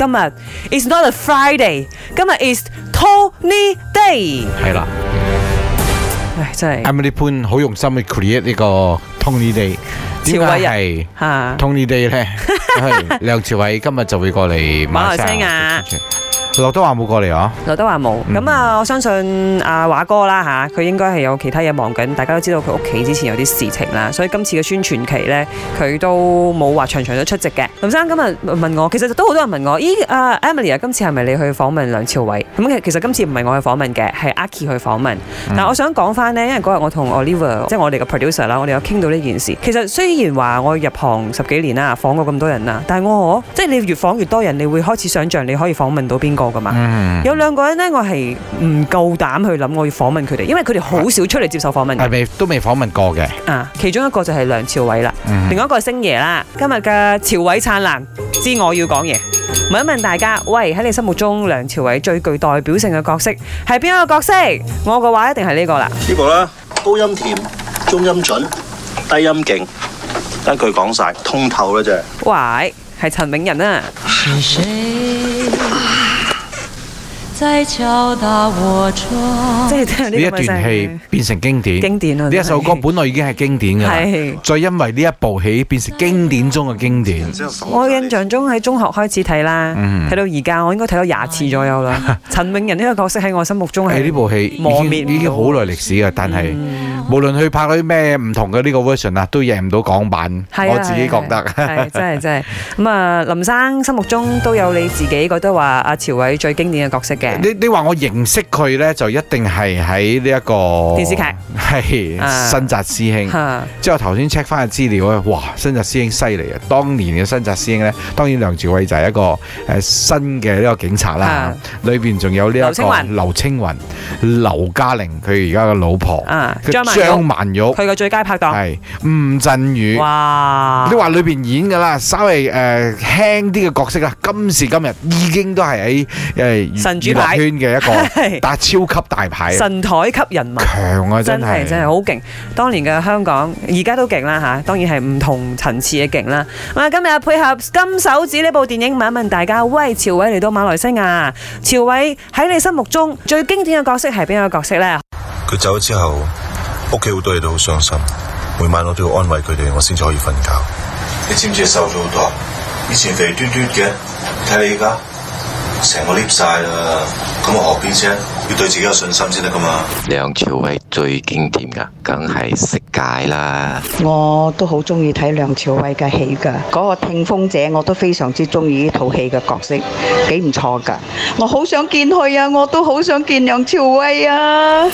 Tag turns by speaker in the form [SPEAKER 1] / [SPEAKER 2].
[SPEAKER 1] 今日 is not a Friday，今日 is Tony Day。
[SPEAKER 2] 係啦
[SPEAKER 1] 唉，真係
[SPEAKER 2] ，Emily Poon 好用心去 create 呢個 Tony Day，點
[SPEAKER 1] 朝偉
[SPEAKER 2] 解
[SPEAKER 1] 人
[SPEAKER 2] 係
[SPEAKER 1] 嚇
[SPEAKER 2] Tony Day 咧？因為梁朝偉今日就會過嚟馬
[SPEAKER 1] 馬來
[SPEAKER 2] 來西亞，劉德華冇過嚟啊？
[SPEAKER 1] 劉德華冇。咁啊，我相信阿華哥啦嚇，佢應該係有其他嘢忙緊。大家都知道佢屋企之前有啲事情啦，所以今次嘅宣傳期呢，佢都冇話場場都出席嘅。林生今日問我，其實都好多人問我，咦啊 Emily 啊，今次係咪你去訪問梁朝偉？咁其實今次唔係我去訪問嘅，係 Aki 去訪問。嗱，我想講翻呢，因為嗰日我同 Oliver 即係我哋嘅 producer 啦，我哋有傾到呢件事。其實雖然話我入行十幾年啦，訪過咁多人啦，但係我我即係你越訪越多人，你會開始想像你可以訪問到邊個噶嘛？
[SPEAKER 2] 嗯，
[SPEAKER 1] 有兩個人呢，我係唔夠膽去諗，我要訪問佢哋，因為佢哋好少出嚟接受訪問嘅
[SPEAKER 2] 係未都未訪問過嘅。
[SPEAKER 1] 啊。其中一個就係梁朝偉啦，
[SPEAKER 2] 嗯
[SPEAKER 1] 另外一個係星爺啦。今日嘅朝偉燦爛，知我要講嘢，問一問大家，喂喺你心目中梁朝偉最具代表性嘅角色係邊一個角色？我嘅話一定係呢個啦。
[SPEAKER 3] 呢個啦，高音甜，中音準，低音勁，一句講晒，通透啦啫。
[SPEAKER 1] 喂，係陳永仁啊，
[SPEAKER 4] 是谁在敲打我窗
[SPEAKER 1] 即？係聽
[SPEAKER 2] 呢
[SPEAKER 1] 呢
[SPEAKER 2] 一
[SPEAKER 1] 個咪真係
[SPEAKER 2] 段戲變成經典，
[SPEAKER 1] 經典啊！
[SPEAKER 2] 呢一首歌本來啊已經係經典㗎啦，
[SPEAKER 1] 係。
[SPEAKER 2] 再因為呢一部戲變成經典中嘅經典。
[SPEAKER 1] 我印象中喺中學開始睇啦，睇、
[SPEAKER 2] 嗯
[SPEAKER 1] 到而家我應該睇到廿次左右 啦。陳永仁呢個角色喺我心目中
[SPEAKER 2] 係
[SPEAKER 1] 係
[SPEAKER 2] 呢部戲已
[SPEAKER 1] 磨滅唔
[SPEAKER 2] 經
[SPEAKER 1] 到
[SPEAKER 2] 已經好耐歷史嘅，但係無論佢拍嗰啲咩唔同嘅呢個 version 啊，都贏唔到港版。
[SPEAKER 1] 係啊
[SPEAKER 2] 我自己覺得
[SPEAKER 1] 係啊係啊真係真係咁啊！林生心目中都有你自己覺得話阿朝偉最經典嘅角色 嘅，
[SPEAKER 2] 你你話我認識佢呢，就一定係喺呢一個電
[SPEAKER 1] 視劇啊
[SPEAKER 2] 係新澤師兄。
[SPEAKER 1] 嚇
[SPEAKER 2] 之後頭先 check 翻嘅資料咧，哇！新澤師兄犀利啊！當年嘅新澤師兄呢，當然梁朝偉就係一個誒新嘅呢個警察啦
[SPEAKER 1] 啊，
[SPEAKER 2] 裏邊仲有呢一
[SPEAKER 1] 劉青
[SPEAKER 2] 個
[SPEAKER 1] 雲
[SPEAKER 2] 劉青雲、劉嘉玲，佢而家嘅老婆，
[SPEAKER 1] 啊
[SPEAKER 2] 佢
[SPEAKER 1] 張曼
[SPEAKER 2] 張
[SPEAKER 1] 玉
[SPEAKER 2] 曼玉
[SPEAKER 1] 佢嘅最佳拍檔，
[SPEAKER 2] 係吳鎮宇。
[SPEAKER 1] 哇！
[SPEAKER 2] 你話裏邊演㗎啦，稍微誒輕啲嘅角色啦，今時今日已經都係喺誒
[SPEAKER 1] 神主
[SPEAKER 2] 娛樂
[SPEAKER 1] 牌
[SPEAKER 2] 圈嘅一個
[SPEAKER 1] 係
[SPEAKER 2] 打超級大牌，啊
[SPEAKER 1] 神台級人物。
[SPEAKER 2] 強啊
[SPEAKER 1] 真
[SPEAKER 2] 真
[SPEAKER 1] 係
[SPEAKER 2] 係
[SPEAKER 1] 真係好勁，當年嘅香港而家都勁啦嚇，當然係唔同層次嘅勁啦。咁啊，今日配合《金手指》呢部電影，問一問大家，喂，朝偉嚟到馬來西亞，朝偉喺你心目中最經典嘅角色係邊個角色呢？
[SPEAKER 5] 佢走咗之後，屋企好多嘢都好傷心，每晚我都要安慰佢哋，我先至可以瞓覺。你知唔知瘦咗好多？以前肥嘟嘟嘅，睇你而家成個 lift 晒啦，咁我何必啫？要對自己有信心先得噶嘛。
[SPEAKER 6] 梁朝偉最經典噶，梗係色戒啦。
[SPEAKER 7] 我都好中意睇梁朝偉嘅戲㗎，嗰、個聽風者我都非常之中意呢套戲嘅角色，幾唔錯㗎。我好想見佢啊！我都好想見梁朝偉啊！